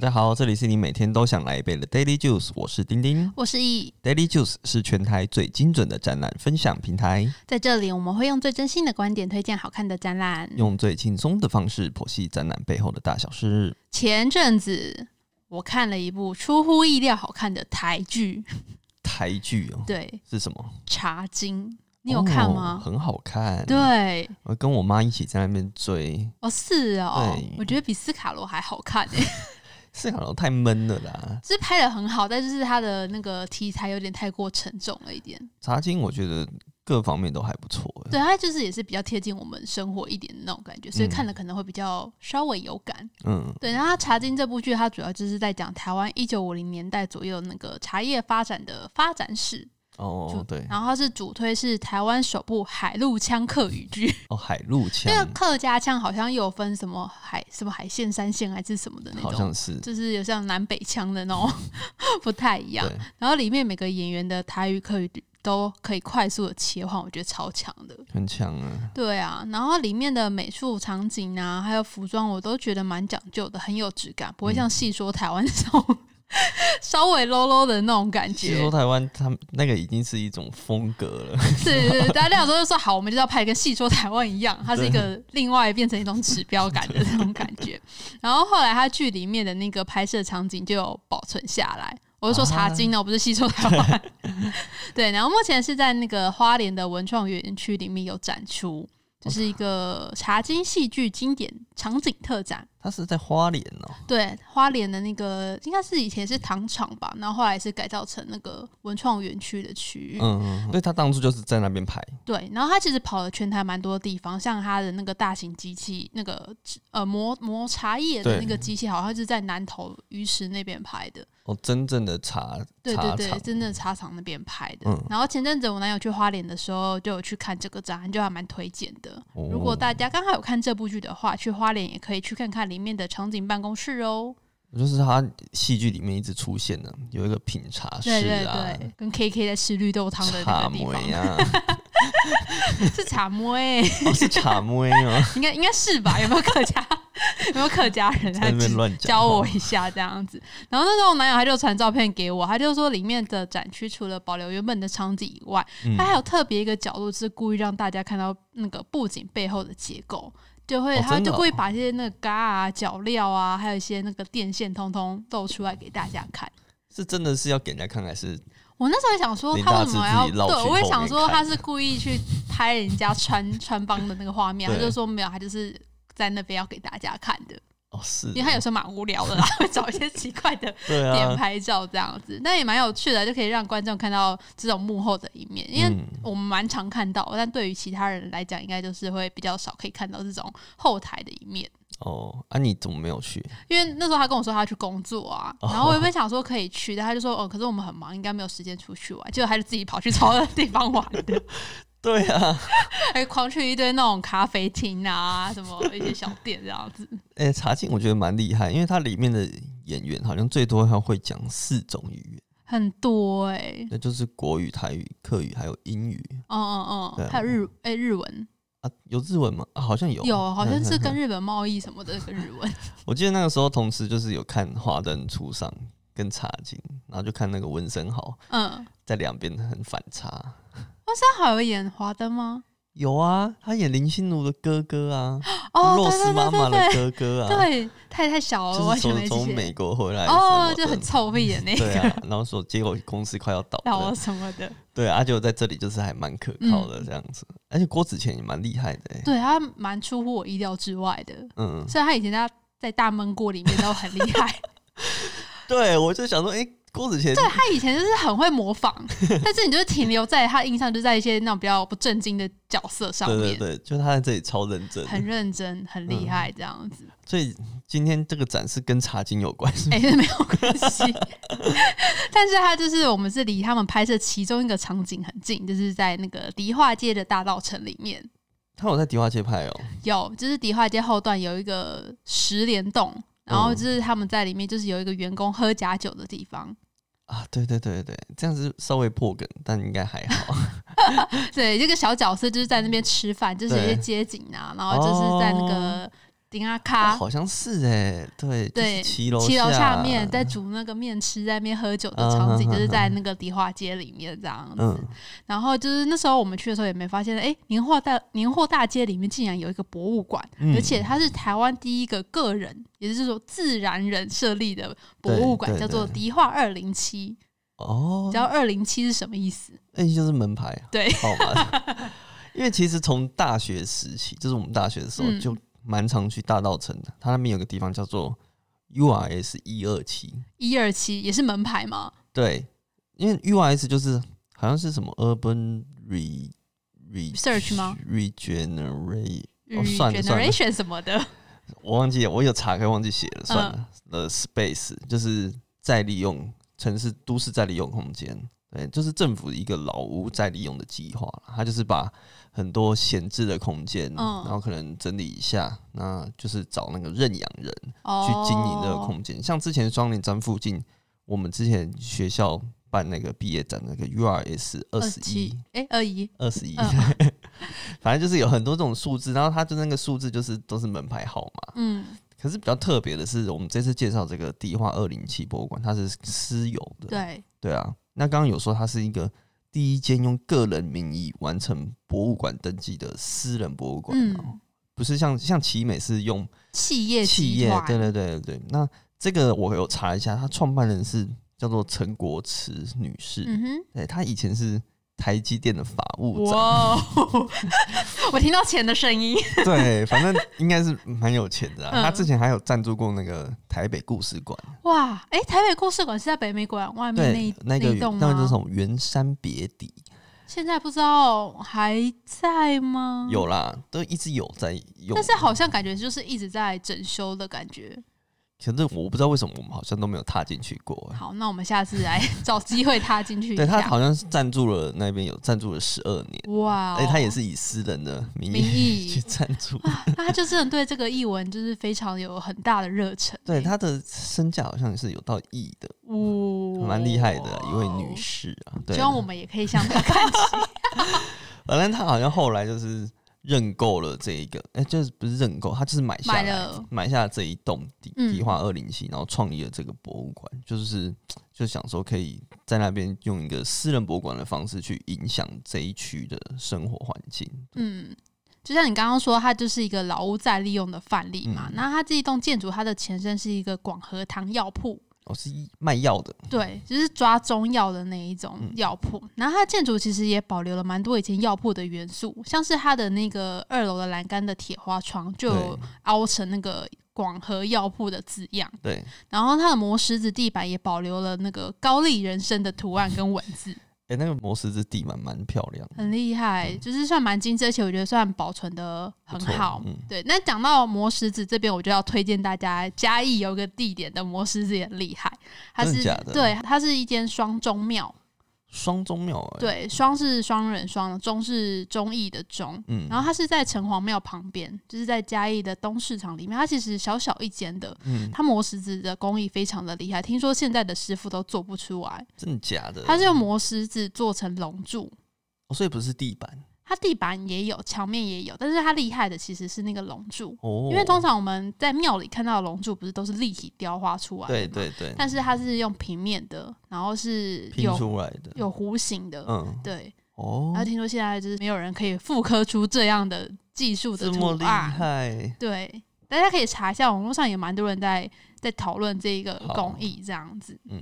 家好，这里是你每天都想来一杯的 Daily Juice，我是丁丁。我是易， Daily Juice 是全台最精准的展览分享平台，在这里我们会用最真心的观点推荐好看的展览。用最轻松的方式剖析展览背后的大小事。前阵子我看了一部出乎意料好看的台 剧，台剧哦，对是什么？ 《茶经》，你有看哦吗？很好看。，对，我跟我妈一起在那边追，哦是哦对，我觉得比斯卡罗还好看 诶、是好像太闷了啦。就是拍的很好，但就是它的那个题材有点太过沉重了一点。茶经我觉得各方面都还不错。欸对，它就是也是比较贴近我们生活一点的那种感觉，所以嗯看了可能会比较稍微有感。嗯对，然后《茶经》这部剧，它主要就是在讲台湾一九五零年代左右那个茶叶发展的发展史。哦主对然后它是主推是台湾首部海陆腔客语剧，哦海陆 因为腔客家腔好像有分什么海什么海线、山线还是什么的那好种像，是就是有像南北腔的那种 不太一样。对然后里面每个演员的台语、客语都可以快速的切换，我觉得超强的。很强啊。对啊，然后里面的美术场景啊，还有服装，我都觉得蛮讲究的，很有质感，不会像戏说台湾 这种稍微 low low 的那种感其实觉说。台湾他们那个已经是一种风格了。对对对，大家有时候就说好，我们就要拍跟戏说台湾一样，它是一个另外变成一种指标感的那种感觉。然后后来它剧里面的那个拍摄场景就有保存下来。我是说茶经哦呢，我不是戏说台湾。对，然后目前是在那个花莲的文创园区里面有展出，这是一个茶经戏剧经典场景特展。他是在花莲哦，对，花莲的那个应该是以前是糖厂吧，然后后来是改造成那个文创园区的区域。嗯，嗯嗯所以他当初就是在那边拍，对，然后他其实跑了全台蛮多地方，像他的那个大型机器，那个呃磨磨茶叶的对那个机器，好像是在南投鱼池那边拍的。哦，真正的茶对茶对对，厂，真的茶厂那边拍的。嗯然后前阵子我男友去花莲的时候，就有去看这个展览，就还蛮推荐的。哦如果大家刚好有看这部剧的话，去花莲也可以去看看里面的场景办公室哦。就是他戏剧里面一直出现的，有一个品茶室对对啊，对，跟 KK 在吃绿豆汤的那茶个地妹方， 啊，是茶摸哎、哦是茶妹哦， 应该应该是吧？有没有客家？ 有没有客家人在在那边乱讲教我话一下这样子。然后那时候我男友他就传照片给我，他就说里面的展区除了保留原本的场景以外，嗯它还有特别一个角度是故意让大家看到那个布景背后的结构。就会，哦他真的就哦故意把一些那个嘎啊、脚料啊，还有一些那个电线，通通露出来给大家看。是真的是要给人家看还是我那时候也想说，林他大为什么志自己要绕对去我也后想面说看他是故意去拍人家穿 穿帮的那个画面，他对就说没有，他就是在那边要给大家看的。哦是哦，因为他有时候蛮无聊的啦， 会找一些奇怪的对点啊，拍照这样子，但也蛮有趣的，就可以让观众看到这种幕后的一面。因为嗯我们蛮常看到，但对于其他人来讲，应该就是会比较少可以看到这种后台的一面。哦啊你怎么没有去？因为那时候他跟我说他去工作啊，哦然后我原本想说可以去，但他就说哦，可是我们很忙，应该没有时间出去玩，结果他就自己跑去超的地方玩 的，对啊，还狂去一堆那种咖啡厅啊，什么一些小店这样子。哎、茶静我觉得蛮厉害，因为它里面的演员好像最多还会讲四种语言，很多哎、那就是国语、台语、客语还有英语嗯嗯对嗯，啊还有日哎、日文，啊，有日文吗？啊好像有，有，好像是 跟日本贸易什么的那个日文。我记得那个时候同时就是有看《华灯初上》跟《茶经》，然后就看那个温升豪嗯，在两边很反差。那还有演华灯吗？有啊，他演林心如的哥哥啊，哦，洛斯对妈对妈的对哥哥啊，对对，对，太太小了，就完是全从没从记美得。国回来哦，什就么的很臭屁 的那对个，啊，然后说结果公司快要倒然后了，什么的，对啊，结果在这里就是还蛮可靠的这样子，而且郭子乾也蛮厉害的、欸，嗯对他蛮出乎我意料之外的。嗯，虽然他以前在在大闷锅里面都很厉 害，对我就想说，哎、郭子乾对他以前就是很会模仿，但是你就是停留在他的印象，就在一些那种比较不正经的角色上对对嗯面，对，就他在这里超认真，很认真，很厉害这样子。所以今天这个展是跟茶经有关， 是吗？ 哎、没有关系。 但是它就是我们是离他们拍摄其中一个场景很近，就是在那个迪化街的大道城里面他有在迪化街拍哦，有，就是迪化街后段有一个十联洞。然后就是他们在里面，就是有一个员工喝假酒的地方，啊，对对对对，这样子稍微破梗，但应该还好。对，这个小角色就是在那边吃饭，就是有一些对街景啊，然后就是在那个顶阿哦 咖。好像是哎、对，就是对，骑楼骑楼下面在煮那个面吃，在那边喝酒的嗯场景，哼就是哼在那个迪化街里面这样子。嗯，然后就是那时候我们去的时候也没发现，哎，年货大年货大街里面竟然有一个博物馆，嗯而且它是台湾第一个个人，也就是说自然人设立的博物馆，对对叫做对迪化二零七。哦你知，道二零七是什么意思？那就是门牌啊对号码。 因为其实从大学时期，就是我们大学的时候，嗯就蛮常去大道城的。它那边有个地方叫做 URS 一二七，一二七也是门牌吗？对，因为 URS 就是好像是什么 Urban Re Re Search 吗？Regenerate，与哦算了算了 generation 什么的，我忘记了，我有查，可是忘记写了，算嗯了。呃、space 就是再利用城市都市再利用空间，对，就是政府一个老屋再利用的计划啦，它就是把很多闲置的空间，嗯然后可能整理一下，那就是找那个认养人 去哦，经营这个空间。像之前双林站附近，我们之前学校办那个毕业展，那个 URS 二十一七，，哎，二一，二十一嗯， 反正就是有很多这种数字，然后它就那个数字就是都是门牌号码。嗯，可是比较特别的是，我们这次介绍这个地化二零七博物馆，它是私有的，对，对啊。那刚刚有说它是一个第一间用个人名义完成博物馆登记的私人博物馆、哦，嗯，不是像像奇美是用企业企集业团，，对对对对对。那这个我有查一下，它创办人是叫做陈国慈女士，嗯 哼。对她以前是台积电的法务长，哇哦！ 我听到钱的声音。对，反正应该是蛮有钱的、啊。嗯她之前还有赞助过那个台北故事馆。哇，哎、台北故事馆是在北美馆外面嗯那对一，那个一栋那吗？个叫什么圆山别邸，现在不知道还在吗？，有啦，都一直有在用。嗯但是好像感觉就是一直在整修的感觉。可是我不知道为什么我们好像都没有踏进去过、欸。好，那我们下次来找机会踏进去一对他下。好像是赞助了那边有赞助了十二年，哇、哦，哎，他也是以私人的名民义意去，赞助。那他就真的对这个译文就是非常有很大的热忱。对，他的身价好像是有到亿的，哇蛮厉害的一位女。士啊。对希，望我们也可以向他 看齐。反正他好像后来就是认购了这一个，哎，就是不是认购，他就是买下买来了买下这一栋迪嗯迪化二零七，然后创立了这个博物馆，就是就想说可以在那边用一个私人博物馆的方式去影响这一区的生活环境。嗯，就像你刚刚说，它就是一个老屋再利用的范例嘛。嗯那它这一栋建筑，它的前身是一个广和堂药铺，哦，是一卖药的，对，就是抓中药的那一种嗯药铺。然后它的建筑其实也保留了蛮多以前药铺的元素，像是它的那个二楼的栏杆的铁花窗就有凹成那个。广和药铺的字样，对，然后它的磨石子地板也保留了那个高丽人参的图案跟文字，哎、那个磨石之地蛮蛮漂亮的，很厉害，就是算蛮精致，而且我觉得算保存的很不错好。嗯，对，那讲到磨石子这边，我就要推荐大家嘉义有个地点的磨石子也很厉害，它真的是假的对，它是一间双钟庙，双钟庙哎，，对，双是双人双的，钟是忠义的忠。嗯，然后它是在城隍庙旁边，就是在嘉义的东市场里面。它其实小小一间的，嗯，它磨石子的工艺非常的厉害，听说现在的师傅都做不出来。真的假的？它是用磨石子做成龙柱，哦，所以不是地板它地板也有，墙面也有，但是它厉害的其实是那个龙柱。哦，因为通常我们在庙里看到的龙柱，不是都是立体雕花出来的，对。对对，但是它是用平面的，然后是拼有出来的，有啊弧形的，嗯，对。哦然后，听说现在就是没有人可以复刻出这样的技术的这么图厉案，害，对。大家可以查一下，网络上也蛮多人在在讨论这个好工艺这样子。嗯，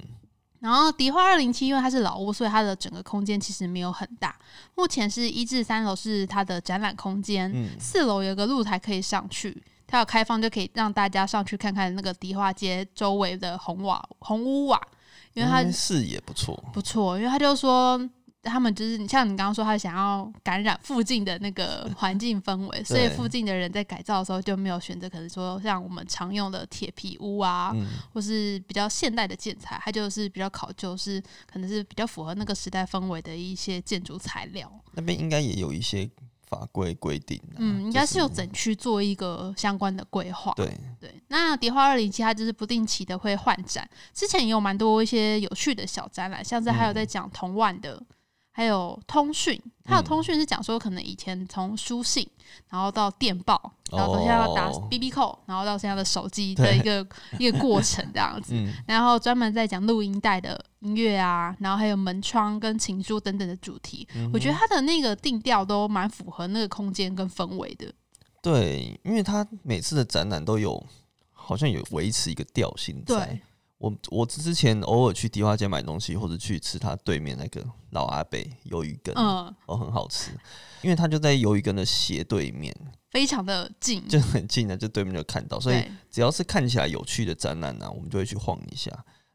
然后迪化二零七，因为它是老屋，所以它的整个空间其实没有很大。目前是一至三楼是它的展览空间，嗯，四楼有个露台可以上去，它有开放就可以让大家上去看看那个迪化街周围的红瓦红屋瓦，因为它嗯视野不错，不错，因为他就说他们就是你像你刚刚说，他想要感染附近的 那个环境氛围，所以附近的人在改造的时候就没有选择，可能说像我们常用的铁皮屋啊，嗯，或是比较现代的建材，它就是比较考究是可能是比较符合那个时代氛围的一些建筑材料。那边应该也有一些法规规定、啊，嗯，应该就是有整区做一个相关的规划。对，对，那迪化二零七它就是不定期的会换展，之前也有蛮多一些有趣的小展览，像是还有在讲铜腕的，还有通讯，还有嗯通讯是讲说可能以前从书信，然后到电报，然后到哦现在要打 B B 扣，然后到现在的手机的一 个一个过程这样子。嗯，然后专门在讲录音带的音乐啊，然后还有门窗跟情书等等的主题，嗯我觉得它的那个定调都蛮符合那个空间跟氛围的。对，因为他每次的展览都有，好像有维持一个调性在对。我我之前偶尔去迪化街买东西，或者去吃他对面那个老阿伯鱿鱼羹，嗯，哦，很好吃，因为他就在鱿鱼羹的斜对面，非常的近，就很近的，就对面就看到，所以对，只要是看起来有趣的展览啊呢、我们就会去晃一下。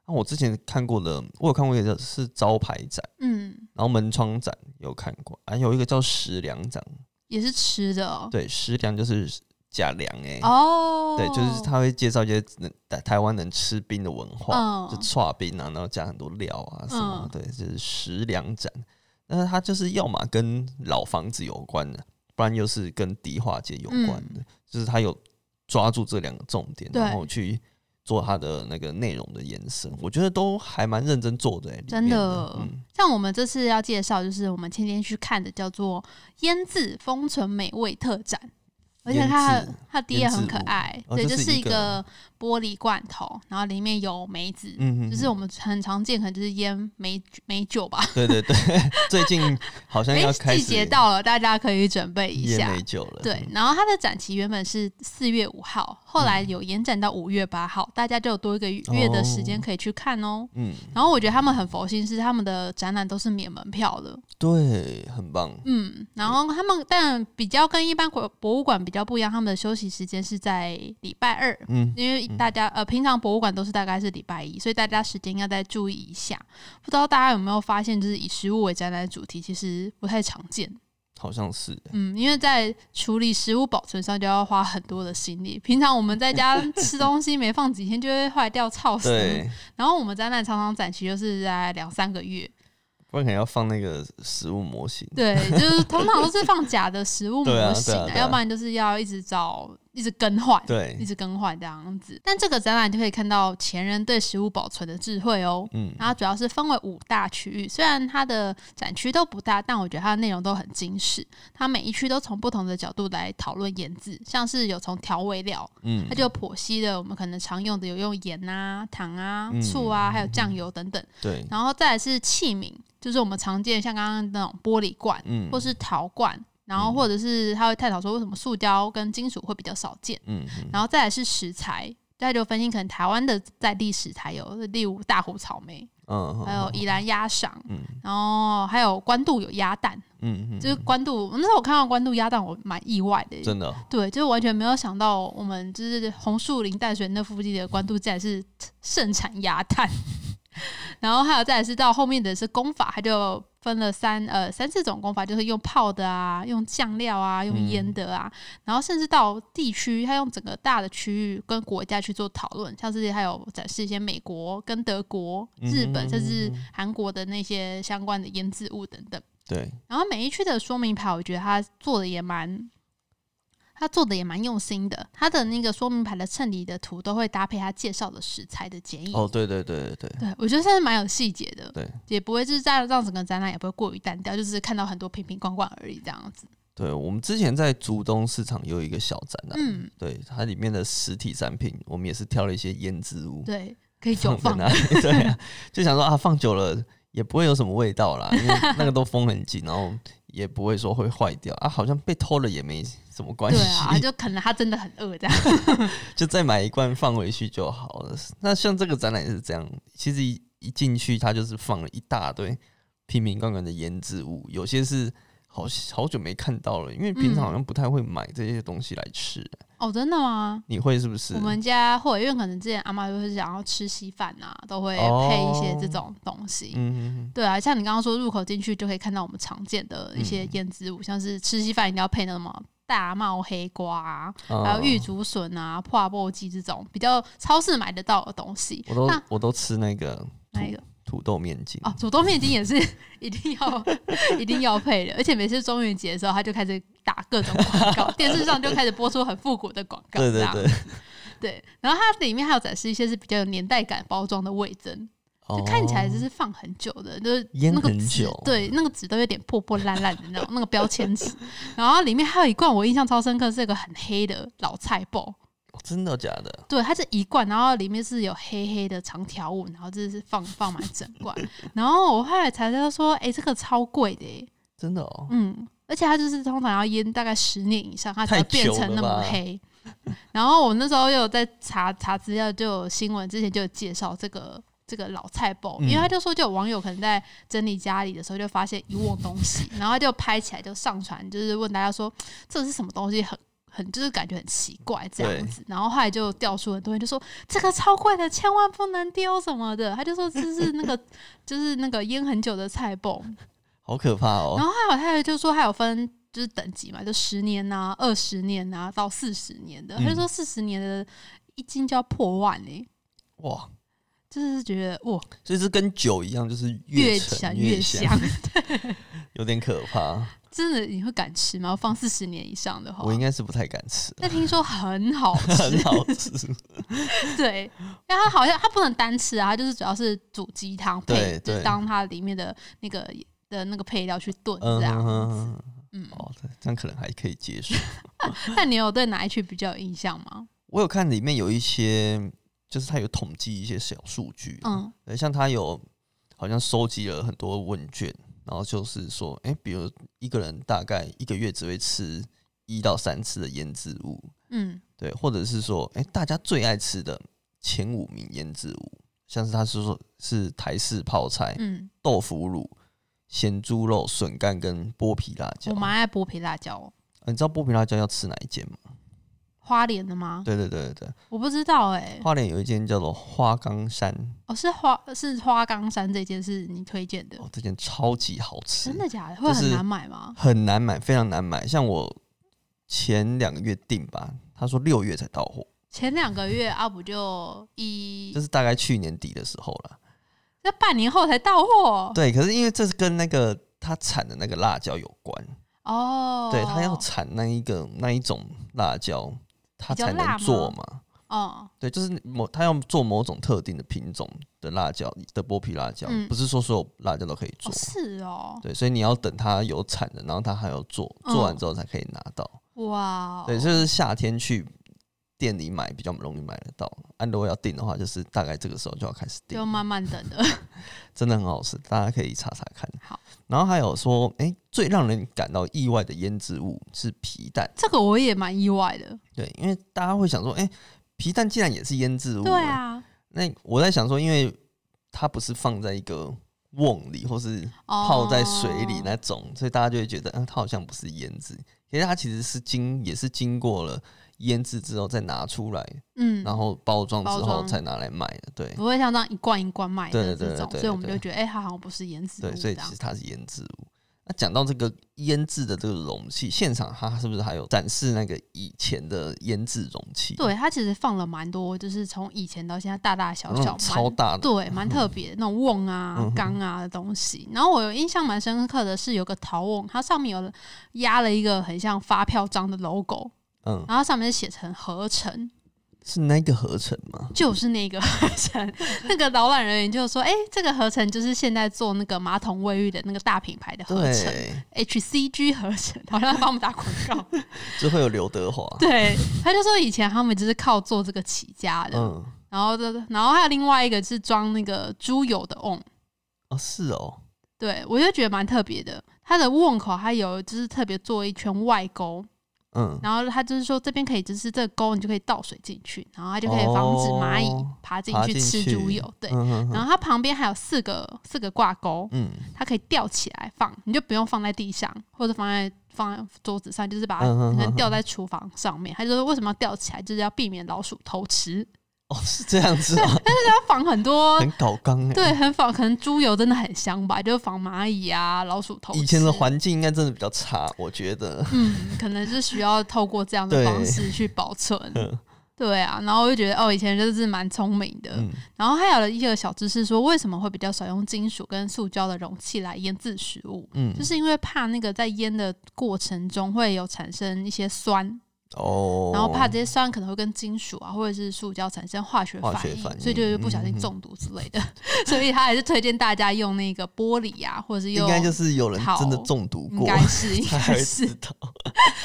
那我之前看过的，我有看过一个是招牌展，嗯，然后门窗展有看过，还有一个叫食粮展，也是吃的哦。对，食粮就是假粮哎、哦，对，就是他会介绍一些能台台湾能吃冰的文化，嗯就串冰啊，然后加很多料啊什么，嗯对，就是食粮展。但是它就是要么跟老房子有关的，不然又是跟迪化街有关的，就是它有抓住这两个重点，嗯对然后去做它的那个内容的延伸，我觉得都还蛮认真做的、欸，里真面的的，嗯，像我们这次要介绍，就是我们前天去看的叫做“腌制封存美味特展”，而且它腌制它底也很可爱，哦对，就就是是一一个玻璃罐头，然后里面有梅子，嗯嗯就是我们很常见，可能就是腌梅梅酒吧。对对 对，最近好像哎要，开季始节到了，大家可以准备一烟下没。酒了，对，然后它的展期原本是四月五号，后嗯来有延展到五月八号，大家就有多一个月的时间哦可以去看哦。嗯，然后我觉得他们很佛心，是他们的展览都是免门票的，对，很棒，嗯，然后他们但比较跟一般国博物馆比较不一样，他们的休息时间是在礼拜二，嗯，因为大家、呃平常博物馆都是大概是礼拜一，所以大家时间要再注意一下。不知道大家有没有发现，就是以食物为展览的主题其实不太常见，好像是，嗯，因为在处理食物保存上就要花很多的心力。平常我们在家吃东西没放几天就会坏掉、臭死，对，然后我们展览常常展期就是在两三个月，不然可能要放那个食物模型。对，就是通常都是放假的食物对啊模型、对啊对啊要不然就是要一直找、一直更换、一对，直更换这样子。但这个展览就可以看到前人对食物保存的智慧哦。嗯，然后主要是分为五大区域，虽然它的展区都不大，但我觉得它的内容都很精实。它每一区都从不同的角度来讨论腌制，像是有从调味料，嗯它，就剖析了我们可能常用的有用盐啊、糖啊、嗯醋啊，还有酱油等等。对，然后再来是器皿，就是我们常见像刚刚那种玻璃罐，嗯，或是陶罐，然后或者是他会探讨说为什么塑胶跟金属会比较少见，嗯，嗯然后再来是食材。再就分析，可能台湾的在地食材有，例如大湖草莓，嗯，还有宜兰鸭赏，嗯然后还有关渡有鸭蛋，嗯嗯，就是关渡那时候我看到关渡鸭蛋，我蛮意外的，真的哦，对，就是完全没有想到我们就是红树林淡水那附近的关渡竟然是盛产鸭蛋， 然后还有再来是到后面的是功法，它就分了三呃三四种功法，就是用泡的啊，用酱料啊，用腌的啊，然后甚至到地区，它用整个大的区域跟国家去做讨论，像是还有展示一些美国跟德国、日本、甚至韩国的那些相关的腌制物等等。对，然后每一区的说明牌，我觉得他做的也蛮，他做的也蛮用心的。他的那个说明牌的衬里的图都会搭配他介绍的食材的剪影。哦，对对对对对，对，我觉得算是蛮有细节的，对，也不会就是这样让整个展览也不会过于单调，就是看到很多瓶瓶罐罐而已这样子。对我们之前在竹东市场有一个小展览，嗯，对，它里面的实体产品，我们也是挑了一些腌制物，对，可以久在放那里， 对啊，就想说啊，放久了也不会有什么味道啦，因为那个都封很紧，然后也不会说会坏掉啊，好像被偷了也没什么关系，对啊，就可能他真的很饿这样。就再买一罐放回去就好了。那像这个展览也是这样，其实一一进去它就是放了一大堆瓶瓶罐罐的腌制物，有些是好好久没看到了，因为平常好像不太会买这些东西来吃。哦，真的吗？你会是不是？我们家会，因为可能之前阿妈就是想要吃稀饭啊，都会配一些这哦种东西。嗯，对啊，像你刚刚说入口进去就可以看到我们常见的一嗯些腌制物，像是吃稀饭一定要配那什么大帽黑瓜、啊，嗯还有玉嗯竹笋啊、破布鸡这种比较超市买得到的东西。我都那我都吃那个那一个土豆面筋。哦，土豆面筋也是 一定要一定要配的，而且每次中元节的时候，他就开始打各种广告，电视上就开始播出很复古的广告，对这对样对，对，然后它里面还有展示一些是比较有年代感包装的味增， 就哦看起来就是放很久的，就是腌那个很纸久，对，那个纸都有点破破烂烂的那种，那个标签纸。然后里面还有一罐我印象超深刻，是一个很黑的老菜包，哦真的假的？对，它是一罐，然后里面是有黑黑的长条纹，然后就是放放满整罐。然后我后来才知道说，哎、这个超贵的、欸，真的哦，嗯，而且它就是通常要腌大概十年以上，它才太会变久成了那么吧黑。 然后我那时候又有在查查资料，就有新闻之前就有介绍这个这个老菜包，嗯因为他就说，就有网友可能在整理家里的时候就发现一瓮东西，然后他就拍起来就上传，就是问大家说这是什么东西很。很就是感觉很奇怪这样子，然后后来就调出很多人就说这个超贵的，千万不能丢什么的。他就说这是那个 就是那个腌很久的菜包，好可怕然哦！后还有还有就说还有分就是等级嘛，就十年呐、二十年呐、到四十年的。他嗯就说四十年的一斤就要破万嘞、哇，就是觉得哇，所以是跟酒一样，就是越陈想越越香， 有点可怕。真的你会敢吃吗？放四十年以上的话我，应该是不太敢吃，那听说很好吃 很，好吃。对，因为它好像它不能单吃啊，它就是主要是煮鸡汤配，对就对是当它里面的那个的那个配料去炖嗯这样哼子。哼哼，嗯，哦，这这样可能还可以接受。那你有对哪一区比较有印象吗？我有看里面有一些，就是他有统计一些小数据，嗯对，像他有好像收集了很多问卷，然后就是说，哎、比如一个人大概一个月只会吃一到三次的腌制物，嗯对，或者是说，哎、大家最爱吃的前五名腌制物，像是他是说是台式泡菜、嗯，豆腐乳、咸猪肉、笋干跟剥皮辣椒。我蛮爱剥皮辣椒哦。啊你知道剥皮辣椒要吃哪一间吗？花莲的吗？对对对对我不知道哎、对，花莲有一间叫做花岗山，哦，是花是花岗山这件事你推荐的，哦，这间超级好吃，真的假的？会就是很难买吗？很难买，非常难买。像我前两个月订吧，他说六月才到货，前两个 月阿不就一就是大概去年底的时候了。那半年后才到货对，可是因为这是跟那个他产的那个辣椒有关，哦。对他要产那一个那一种辣椒，他比较才辣吗能做嘛。哦，对，就是某他要做某种特定的品种的辣椒的剥皮辣椒，嗯不是说所有辣椒都可以做哦。是哦，对，所以你要等它有产的，然后它还要做，嗯做完之后才可以拿到。哇哦，对，就是夏天去店里买比较容易买得到。按、如果要订的话，就是大概这个时候就要开始订就，慢慢等的，真的很好吃，大家可以查查看。好，然后还有说，哎、最让人感到意外的腌制物是皮蛋， 这个我也蛮意外的。对，因为大家会想说，哎、皮蛋竟然也是腌制物，对，啊，那我在想说，因为它不是放在一个瓮里或是哦，泡在水里那种，所以大家就会觉得，嗯、它好像不是腌制，其实它其实是经也是经过了腌制之后再拿出来，嗯，然后包装包之后装才拿来卖的，对不会像这样一罐一罐卖对的对这对种，对所以我们对就觉得，哎，它好像不是颜值对，所以这其样实。它是腌制物。那讲到这个腌制的这个容器，现场它是不是还有展示那个以前的腌制容器？对，它其实放了蛮多，就是从以前到现在大大小有那小种蛮超大的，对，蛮特别的那种瓮啊嗯、哼缸啊的东西。然后我有印象蛮深刻的是，有个陶瓮，它上面有压了一个很像发票章的 logo，嗯，然后上面写成合成，是那个合成吗？就是那个 合成。那个导览人员就说：“哎、这个合成就是现在做那个马桶卫浴的那个大品牌的合成对， ，HCG 合成，好像在帮我们打广告。 就会有刘德华”，对，他就说以前他们就是靠做这个起家的，嗯，然后这，然后还有另外一个是装那个猪油的瓮。哦，是哦，对我就觉得蛮特别的。它的瓮口它有就是特别做一圈外钩，嗯，然后它就是说这边可以就是这个钩你就可以倒水进去，然后它就可以防止蚂蚁哦爬进爬去进吃去猪油。对，嗯哼哼然后它旁边还有四个四个挂钩，嗯它可以吊起来放，你就不用放在地上或者放在放在桌子上，就是把嗯哼它哼吊在厨房上面。它就说为什么要吊起来，就是要避免老鼠偷吃，哦，是这样子啊，要防很多。很搞纲哎。哦对，很防，可能猪油真的很香吧，就是防蚂蚁啊、老鼠偷吃。以前的环境应该真的比较差，我觉 得。嗯，可能是需要透过这样的方式去保存。对啊，然后我就觉得哦，以前就是蛮聪明的。嗯，然后还有一个小知识说，为什么会比较少用金属跟塑胶的容器来腌制食物，嗯就是因为怕那个在腌的过程中会有产生一些酸，哦，然后怕这些酸可能会跟金属啊或者是塑胶产生化学化反学应，反所以就是不小应心嗯中毒之类的。 所以他还是推荐大家用那个玻璃呀、或者是用应该就是有人真的好中毒应过，该 是应他该还是知，道。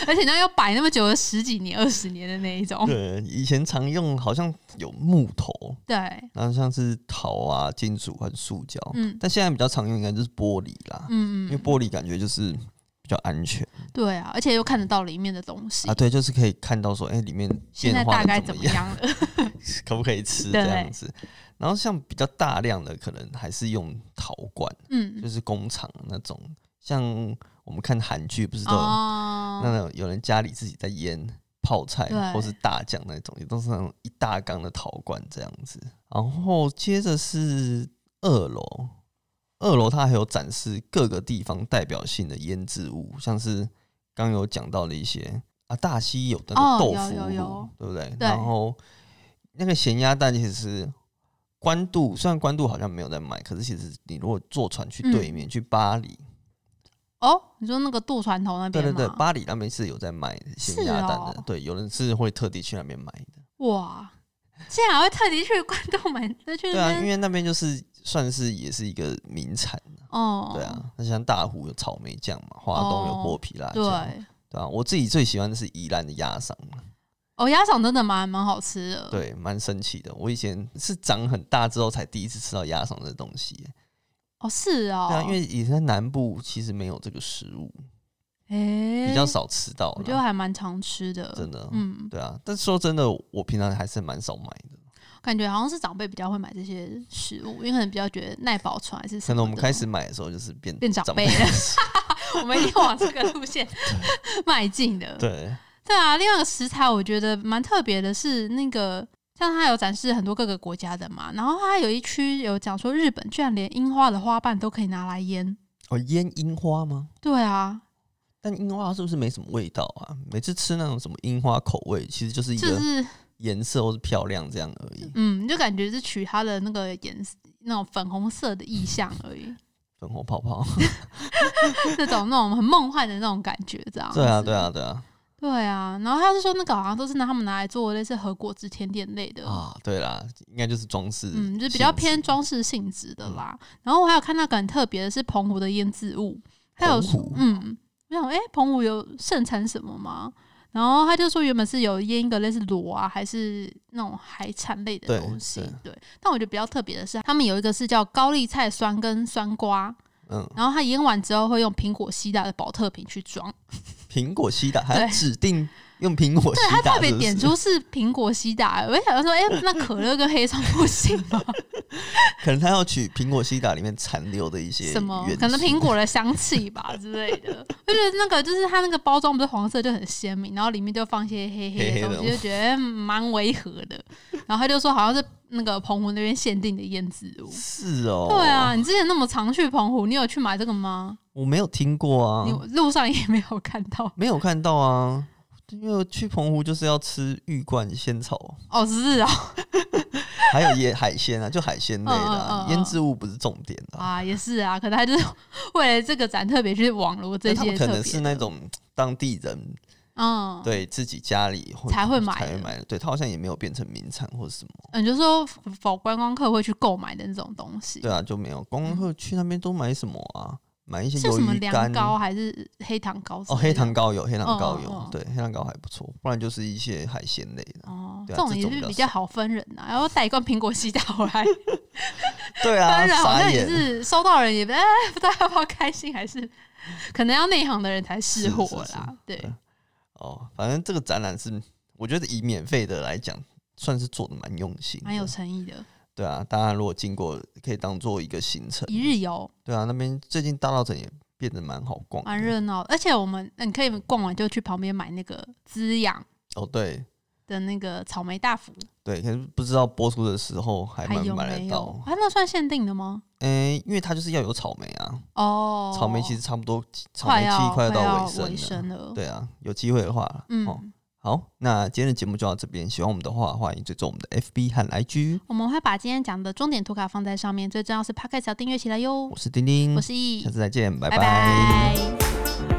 而且那要摆那么久，十几年、二十年的那一种。对，以前常用好像有木头， 对，然后像是陶啊、金属和塑胶，嗯但现在比较常用应该就是玻璃啦，嗯因为嗯，玻璃感觉就是比较安全对啊，而且又看得到里面的东西啊。。对，就是可以看到说，哎、里面现在变化大得概怎怎么样， 样了？ 可不可以吃对这样子。然后像比较大量的，可能还是用陶罐，嗯就，是工厂那种。像我们看韩剧，不是都有、哦，那种有人家里自己在腌泡菜对或是大酱那种，也都是那种一大缸的陶罐这样子。然后接着是二楼，二楼它还有展示各个地方代表性的腌制物，像是刚有讲到的一些啊，大溪有的那哦个豆有腐有乳，有对不对？对然后那个咸鸭蛋其实是。关渡虽然关渡好像没有在卖，可是其实你如果坐船去对嗯面、去巴黎，哦，你说那个渡船头那对边对吗？对，巴黎那边是有在卖咸是鸭蛋的，哦对，有人是会特地去那边买的。哇，竟然还会特地去关渡买，再去对那啊，因边为那边就是算是也是一个名产，哦，对啊。那像大湖有草莓酱嘛，华东有哦剥皮辣酱，对，对啊。我自己最喜欢的是宜兰的鸭嗓，哦，鸭掌真的蛮蛮好吃的，，对，蛮神奇的。我以前是长很大之后才第一次吃到鸭嗓这东西耶，哦是哦，对啊，因为以前在南部其实没有这个食物，诶比较，少吃到我觉得啦，还蛮常吃的，真的，嗯，对啊。但说真的，我平常还是蛮少买的。感觉好像是长辈比较会买这些食物，因为可能比较觉得耐保存还是可什么的。哦能我们开始买的时候就是变变长辈辈 了我们一定往这个路线迈进的。对，对啊，另外一个食材我觉得蛮特别的是那个。像它有展示很多各个国家的嘛，然后它有一区有讲说日本居然连樱花的花瓣都可以拿来腌，哦，腌樱花吗？对啊，但樱花是不是没什么味道啊？每次吃那种什么樱花口味，其实就是一就个是颜色或是漂亮这样而已。嗯，就感觉是取它的那个颜色那种粉红色的意象而已， 粉红泡泡，那种那种很梦幻的那种感觉，这样。 对啊，对，啊，对啊，对啊。然后他是说那个好像都是拿他们拿来做类似和果子甜点类的，啊，对啦，应该就是装饰，嗯，就比较偏装饰性质的嗯啦。然后我还有看到个很特别的是澎湖的腌制物，还有澎湖嗯，我想诶，澎湖有盛产什么吗？然后他就说，原本是有腌一个类似螺啊，还是那种海产类的对东西。对对，但我觉得比较特别的是，他们有一个是叫高丽菜酸跟酸瓜，嗯，然后它腌完之后会用苹果西打的保特瓶去装。苹果西打还要对指定用苹果西他打，特别是不是点，出是苹果西打，我就想说，哎、那可乐跟黑松不 行吗？ 可能他要取苹果西打里面残留的一些什么元素可能苹果的香气吧之类的。 我觉得那个就是它那个包装不是黄色就很鲜明，然后里面就放一些黑黑黑的黑的东西，就觉得嗯蛮违和的。然后他就说好像是那个澎湖那边限定的腌制物。是哦，对啊，，你之前那么常去澎湖，你有去买这个吗？我没有听过啊你，路上也没有看到没有看到啊，因为我去澎湖就是要吃玉冠仙草。哦，是啊，还有腌海鲜啊，就海鲜类的、嗯嗯啊嗯嗯腌制物不是重点的、啊。啊也是啊，可能他就是为了这个展特别去网罗这那他些们可特能是别，那种当地人嗯，对自己家里或才会买才会的买的，对他好像也没有变成名产或什么，嗯，就是说否观光客会去购买的那种东西，对啊就没有。观光客去那边都买什么啊？买一些是鱿嗯什么鱼凉干糕还是黑糖糕之类哦，的？黑糖糕有，黑糖嗯糕嗯有，嗯对，黑糖糕还不错。不然就是一些海鲜类的，哦，对啊种这也种是比较比较好分人呐、然后带一罐苹果西打回来 对分 啊，人，好傻像也眼。是收到人也不哎不知道要不要开心，还是可能要内行的人才识货啦。是是是对对，哦，反正这个展览是，我觉得以免费的来讲，算是做的蛮用心的，蛮有诚意的，对啊。大家如果经过，可以当做一个行程。一日游对啊，那边最近大稻城也变得蛮好逛的，蛮热闹的，而且我们呃你可以逛完就去旁边买那个滋养哦，对的那个草莓大福，对，可是不知道播出的时候还还蛮有买没得有到？。啊，那算限定的吗？诶、因为它就是要有草莓啊，哦，草莓其实差不多，草快莓要季快要到尾尾声了。声了，对啊，有机会的话，嗯。哦，好，那今天的节目就到这边。喜欢我们的话，欢迎追踪我们的 FB 和 IG。我们会把今天讲的重点图卡放在上面，最重要是 p o c k e t 要订阅起来哟我。是丁丁我，是易下，次再见，拜拜拜。